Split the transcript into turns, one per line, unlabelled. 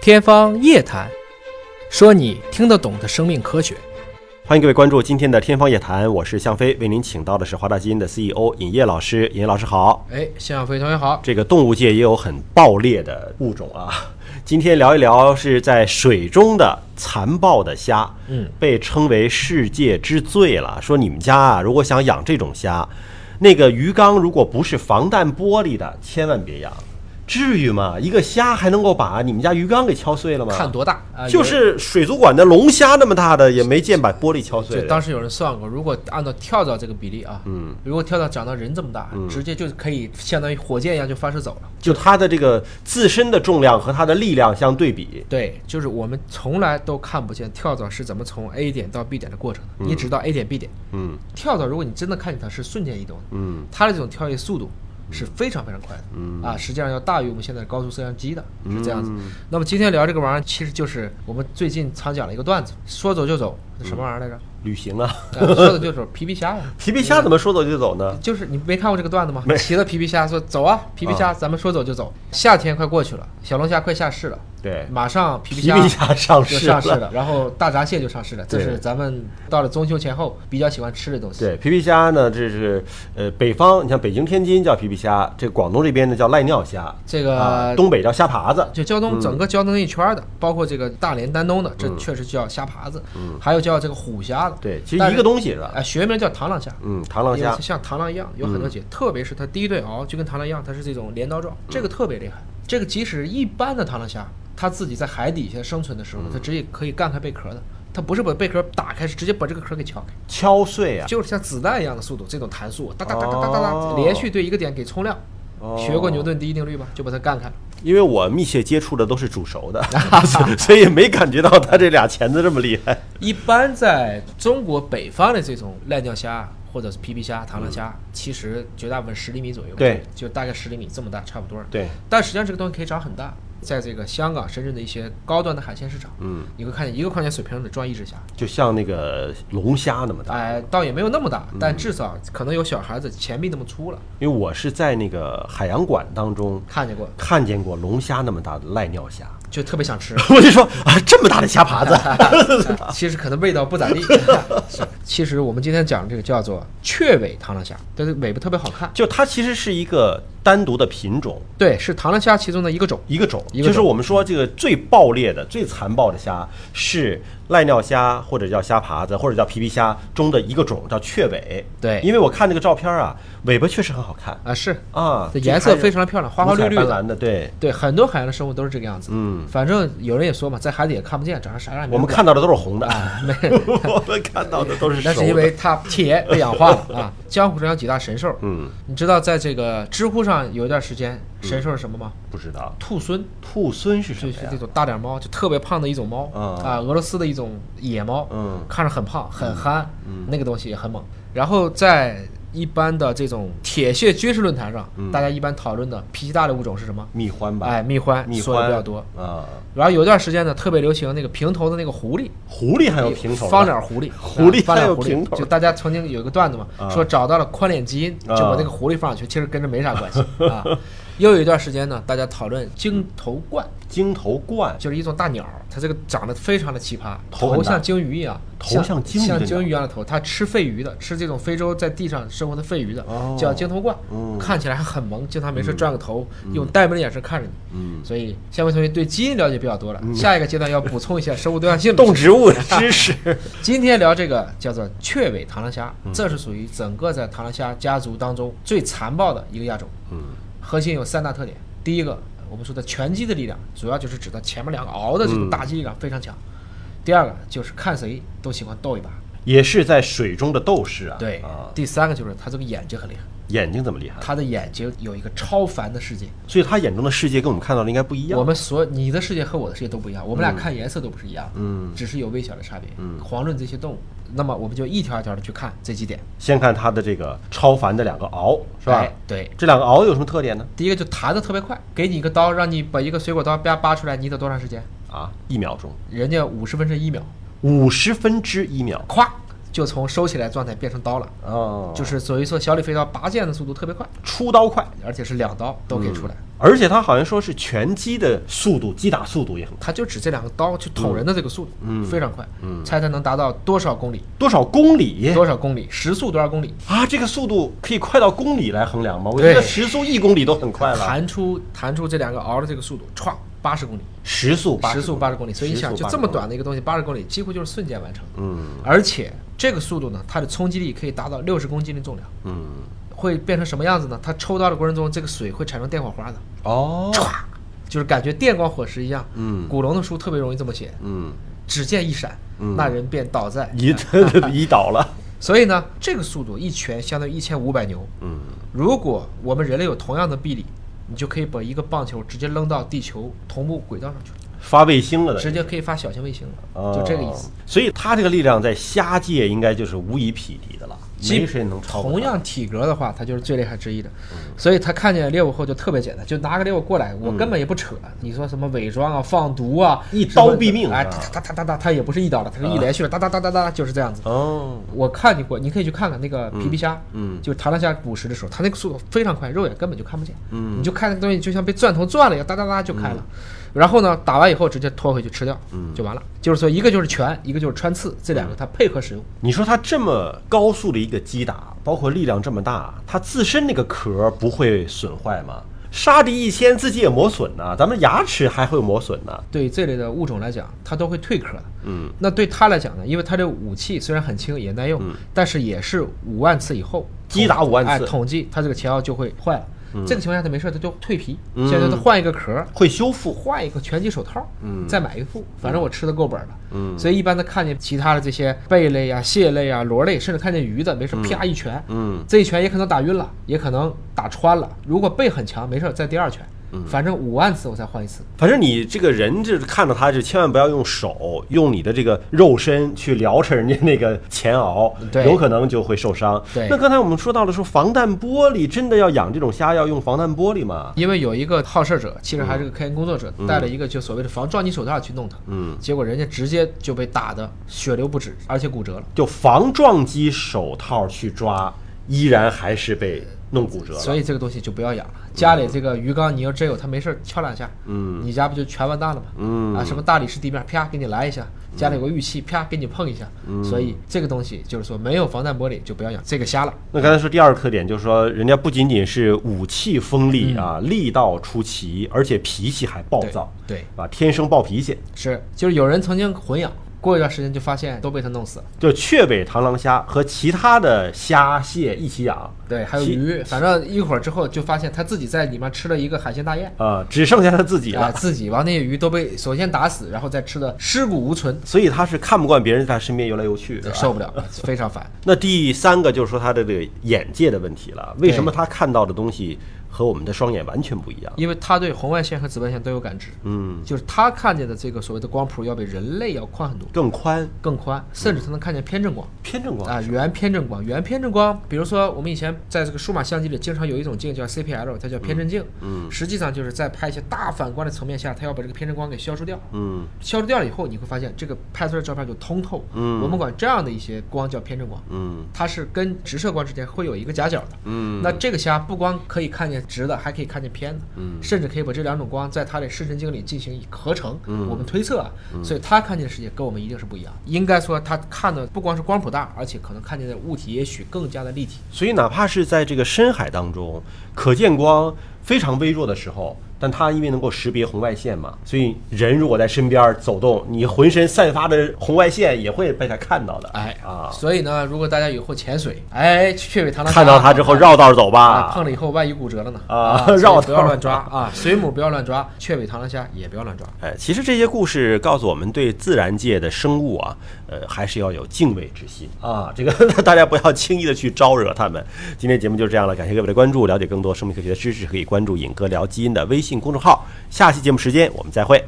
天方夜谭，说你听得懂的生命科学。
欢迎各位关注今天的《天方夜谭》，我是向飞，为您请到的是华大基因的 CEO 尹烨老师。尹烨老师好。
哎，向小飞同学好。
这个动物界也有很爆裂的物种啊，今天聊一聊是在水中的残暴的虾，
嗯，
被称为世界之最了。说你们家啊，如果想养这种虾，那个鱼缸如果不是防弹玻璃的，千万别养。至于吗？一个虾还能够把你们家鱼缸给敲碎了吗？
看多大啊？
就
有人
是水族馆的龙虾那么大的，也没见把玻璃敲碎
就
的。
当时有人算过，如果按照跳蚤这个比例啊，嗯，如果跳蚤长到人这么大，直接就可以相当于火箭一样就发射走了。
就它的这个自身的重量和它的力量相对比，
对，就是我们从来都看不见跳蚤是怎么从 A 点到 B 点的过程的，你只到 A 点 B 点。
嗯
跳蚤，如果你真的看见它，是瞬间移动的，
嗯
它的这种跳跃速度是非常非常快的，啊，实际上要大于我们现在高速摄像机的，是这样子。
嗯
那么今天聊这个玩意儿，其实就是我们最近常讲了一个段子，说走就走，那什么玩意儿来 着？
旅行啊，
啊说走就走，皮皮虾呀。
皮皮虾怎么说走就走呢？
就是你没看过这个段子吗？骑着皮皮虾说走啊，皮皮虾，咱们说走就走。夏天快过去了，小龙虾快下市了，
对，
马上皮
皮
皮虾
虾上
就
市
上市
了。
了，然后大闸蟹就上市了，这
对
是咱们到了中秋前后比较喜欢吃的东西。
对，皮皮虾呢，这是呃北方，你像北京、天津叫皮皮虾，这广东这边呢叫赖尿虾，
这个
啊东北叫虾爬子。
就胶东整个胶东那一圈儿的，包括这个大连、丹东的，这确实叫虾爬子，还有叫这个虎虾的。
嗯对，其
但
实
是
一个东西是
啊、
吧？
学名叫螳螂虾。
嗯，螳螂
因为
虾嗯
它。像螳螂一样，有很多节，特别是它第一对螯就跟螳螂一样，它是这种镰刀状，这个特别厉害。这个即使一般的螳螂虾，它自己在海底下生存的时
嗯
候，它直接可以干开贝壳的。它不是把贝壳打开，是直接把这个壳给撬开，
敲碎啊，
就是像子弹一样的速度，这种弹速，哒哒哒哒哒哒哒，
哦
连续对一个点给冲量。
哦
学过牛顿第一定律吧？就把它干开了。
因为我密切接触的都是煮熟 的，所以所以没感觉到它这俩钳子这么厉害。
一般在中国北方的这种濑尿虾或者是皮皮虾、螳螂虾，其实绝大部分十厘米左右，
嗯对，
就大概十厘米这么大，差不多。
对，
但实际上这个东西可以长很大，在这个香港、深圳的一些高端的海鲜市场，
嗯，
你会看见一个矿泉水瓶里装一只虾，
就像那个龙虾那么大。嗯
哎，倒也没有那么大，但至少可能有小孩子前臂那么粗了，
因为我是在那个海洋馆当中
看见过，
看见过龙虾那么大的赖尿 虾，
就特别想 吃。
我就说啊，这么大的虾爬子，
其实可能味道不咋地。是，其实我们今天讲这个叫做雀尾螳螂虾，但是尾巴特别好看。
就它其实是一个单独的品种，
对，是螳螂虾其中的一个种。
一个种，
一个种
就是我们说这个最爆裂的、最残暴的虾是赖尿虾，或者叫虾爬子，或者叫皮皮虾中的一个种，叫雀尾。
对
因为我看这个照片啊，尾巴确实很好看
啊，是
啊
这，颜色非常漂亮，花花绿绿
五彩
的。
斑斓的，对。
对，很多海洋的生物都是这个样子。
嗯，
反正有人也说嘛，在海底也看不见，长成啥样也没
我们
人
看到的都是红的，
啊，没，
我们看到的都是 熟
那
的。
是因为它铁被氧化了啊。江湖上有几大神兽，
嗯，
你知道在这个知乎上有一段时间神兽是什么吗？
不知道
兔狲，
兔狲是什
就
么
是
呀
这？种大脸猫，就特别胖的一种猫
啊
啊，俄罗斯的一种野猫，
嗯
看着很胖很憨，那个东西也很猛。然后在一般的这种铁血军事论坛上，
嗯
大家一般讨论的脾气大的物种是什么？
蜜獾吧？
哎，蜜獾，
蜜
说的
獾
比较多。
啊，
然后有一段时间呢，特别流行那个平头的那个狐狸，
狐狸还有平头的，
方脸狐狸，
狐狸
啊方
还
脸
有
狐
平
狸，
头
就大家曾经有一个段子嘛，说找到了宽脸基因，就
啊
把那个狐狸放上去，其实跟这没啥关系啊。又有一段时间呢，大家讨论鲸头鹳，
鲸头 冠，
就是一种大鸟，它这个长得非常的奇葩，
头很
头
大
像鲸鱼一样，
头像鲸鱼
像
的鸟
鲸鱼一样的头，它吃肺鱼的，吃这种非洲在地上生活的肺鱼的，
哦
叫鲸头鹳，看起来还很萌，经常没事转个头，用呆萌的眼神看着你。
嗯，
所以，下面同学对基因了解比较多了，下一个阶段要补充一下生物多样性的知识。
动植物的知识。
今天聊这个叫做雀尾螳螂虾，
嗯
这是属于整个在螳螂虾家族当中最残暴的一个亚种。
嗯，
核心有三大特点。第一个，我们说的拳击的力量，主要就是指它前面两个螯的这种打击力量非常强。第二个就是看谁都喜欢斗一把。
也是在水中的斗士啊。
对
啊，，
第三个就是它这个眼睛很厉害，
眼睛怎么厉害？
它的眼睛有一个超凡的世界。
所以他眼中的世界跟我们看到的应该不一样。
我们所你的世界和我的世界都不一样，我
嗯
们俩看颜色都不是一样，嗯，只是有微小的差别。嗯，遑论这些动物，那么我们就一条一条的去看这几点，
先看他的这个超凡的两个螯，是吧？
哎对，
这两个螯有什么特点呢？
第一个就弹的特别快，给你一个刀，让你把一个水果刀啪拔出来，你得多长时间？
啊，一秒钟，
人家五十分是一秒，
五十分之一秒，
咵就从收起来状态变成刀了，
哦，
就是所谓说小李飞刀拔剑的速度特别快，
出刀快，
而且是两刀都可以出来。
而且他好像说是拳击的速度，击打速度也很快，
他就指这两个刀去捅人的这个速度，非常快。猜猜能达到多少公里？
多少公里
多少公里？时速多少公里？
啊？这个速度可以快到公里来衡量吗？我觉得
对
时速一公里都很快了，
弹出弹出这两个熬的这个速度，歘，八十公里，
时速八
时速八十公里。所以你想，就这么，
时速80
短的一个东西，八十公里几乎就是瞬间完成。
嗯
而且这个速度呢，它的冲击力可以达到六十公斤的重量，
嗯，
会变成什么样子呢？它抽刀的过程中，这个水会产生电火花的，
哦，
就是感觉电光火石一样。
嗯
古龙的书特别容易这么写，
嗯，
只见一闪，
嗯
那人便倒在。
移移倒了，
所以呢，这个速度一拳相当于一千五百牛。
嗯
如果我们人类有同样的臂力，你就可以把一个棒球直接扔到地球同步轨道上去了。
发卫星了的，
直接可以发小型卫星
哦
了，就这个意思。。
所以他这个力量在虾界应该就是无以匹敌的了，
基
没谁能超过他。嗯
同样体格的话，他就是最厉害之一的。所以他看见猎物后就特别简单，就拿个猎物过来，我根本也不扯。你说什么伪装啊、放毒啊，
一
什么
刀毙命
哎，
啊
哒哒哒哒哒哒，他也不是一刀了，他是一连续的，哒哒哒哒哒，就是这样子。
哦，
我看见过，你可以去看看那个皮皮虾，
嗯嗯
就弹了虾捕食的时候，它那个速度非常快，肉眼根本就看不见，嗯，你就看那个东西就像被钻头转了一样，哒哒哒就开了，
嗯
然后呢，打完以后直接拖回去吃掉，嗯，就完了。就是说，一个就是拳，一个就是穿刺，这两个它配合使用，
你说他这么高速的一个击打，包括力量这么大，他自身那个壳不会损坏吗？杀敌一千，自己也磨损呢、咱们牙齿还会磨损呢、
对于这类的物种来讲，它都会蜕壳的。
嗯，
那对它来讲呢，因为它这武器虽然很轻也耐用，但是也是五万次以后
击打5万次
哎统计它这个前腰就会坏了。这个情况下它没事，它就蜕皮，
嗯
现在它换一个壳，
会修复。
换一个拳击手套，
嗯
再买一副，反正我吃的够本了。嗯，所以一般的看见其他的这些贝类啊、蟹类啊、螺类，甚至看见鱼的，没事啪一拳，
嗯，
这一拳也可能打晕了，也可能打穿了。如果背很强，没事再第二拳，
嗯
反正五万次我才换一次。
反正你这个人就是看到他，就千万不要用手，用你的这个肉身去撩扯人家那个前螯，
对
有可能就会受伤。
对
那刚才我们说到了，说防弹玻璃真的要养这种虾要用防弹玻璃吗？
因为有一个好事者，其实还是个科研工作者，带了一个就所谓的防撞击手套去弄它，
嗯，
结果人家直接就被打的血流不止，而且骨折了。
就防撞击手套去抓，依然还是被弄骨折了。
所以这个东西就不要养了。家里这个鱼缸，你要真有它没事儿敲两下，嗯，你家不就全完蛋了吗？
嗯
啊，什么大理石地面，啪给你来一下，家里有个玉器，啪给你碰一下。
嗯
所以这个东西就是说没有防弹玻璃就不要养这个虾了。
那刚才说第二个特点就是说，人家不仅仅是武器锋利
嗯
啊，力道出奇，而且脾气还暴躁，
对对
啊，天生暴脾气。
是，就是有人曾经混养，过一段时间就发现都被它弄死了。
就雀尾螳螂虾和其他的虾蟹一起养，
对，还有
其
鱼，反正一会儿之后就发现它自己在里面吃了一个海鲜大宴，
啊、只剩下它自己
啊、
了。
自己把那些鱼都被首先打死，然后再吃的尸骨无存，
所以它是看不惯别人在它身边游来游去，是吧嗯
受不了，非常烦。
那第三个就是说它的这个眼界的问题了。为什么它看到的东西和我们的双眼完全不一样？
因为它对红外线和紫外线都有感知，
嗯，
就是它看见的这个所谓的光谱要比人类要宽很多，
更宽，
更宽，甚至它能看见偏振光。
偏正光
啊，原偏振光，原偏振光，比如说我们以前在这个数码相机里经常有一种镜叫 CPL，它叫偏振镜，嗯，实际上就是在拍一些大反光的层面下，它要把这个偏振光给消除掉，
嗯，
消除掉了以后，你会发现这个拍出来的照片就通透，嗯，我们管这样的一些光叫偏振光，
嗯，
它是跟直射光之间会有一个夹角的，嗯，那这个虾不光可以看见直的，还可以看见偏的，嗯，甚至可以把这两种光在它的视神经里进行合成，嗯，我们推测啊，所以它看见的世界跟我们一定是不一样，应该说它看的不光是光谱大，而且可能看见的物体也许更加的立体，
所以，哪怕是在这个深海当中，可见光非常微弱的时候，但它因为能够识别红外线嘛，所以人如果在身边走动，你浑身散发的红外线也会被它看到的。
哎
啊，
所以呢，如果大家以后潜水，哎，雀尾螳螂虾
看到它之后绕道走
啊，
吧
碰。了以后万一骨折了呢？
啊
所以
绕
不要
道
乱抓啊，水母不要乱抓，雀尾螳螂虾也不要乱抓。
哎，其实这些故事告诉我们，对自然界的生物啊，呃，还是要有敬畏之心啊。这个 大家不要轻易的去招惹他们。今天节目就是这样了，感谢各位的关注。了解更多生命科学的知识，可以关注“尹哥聊基因”的微信公众号。下期节目时间我们再会。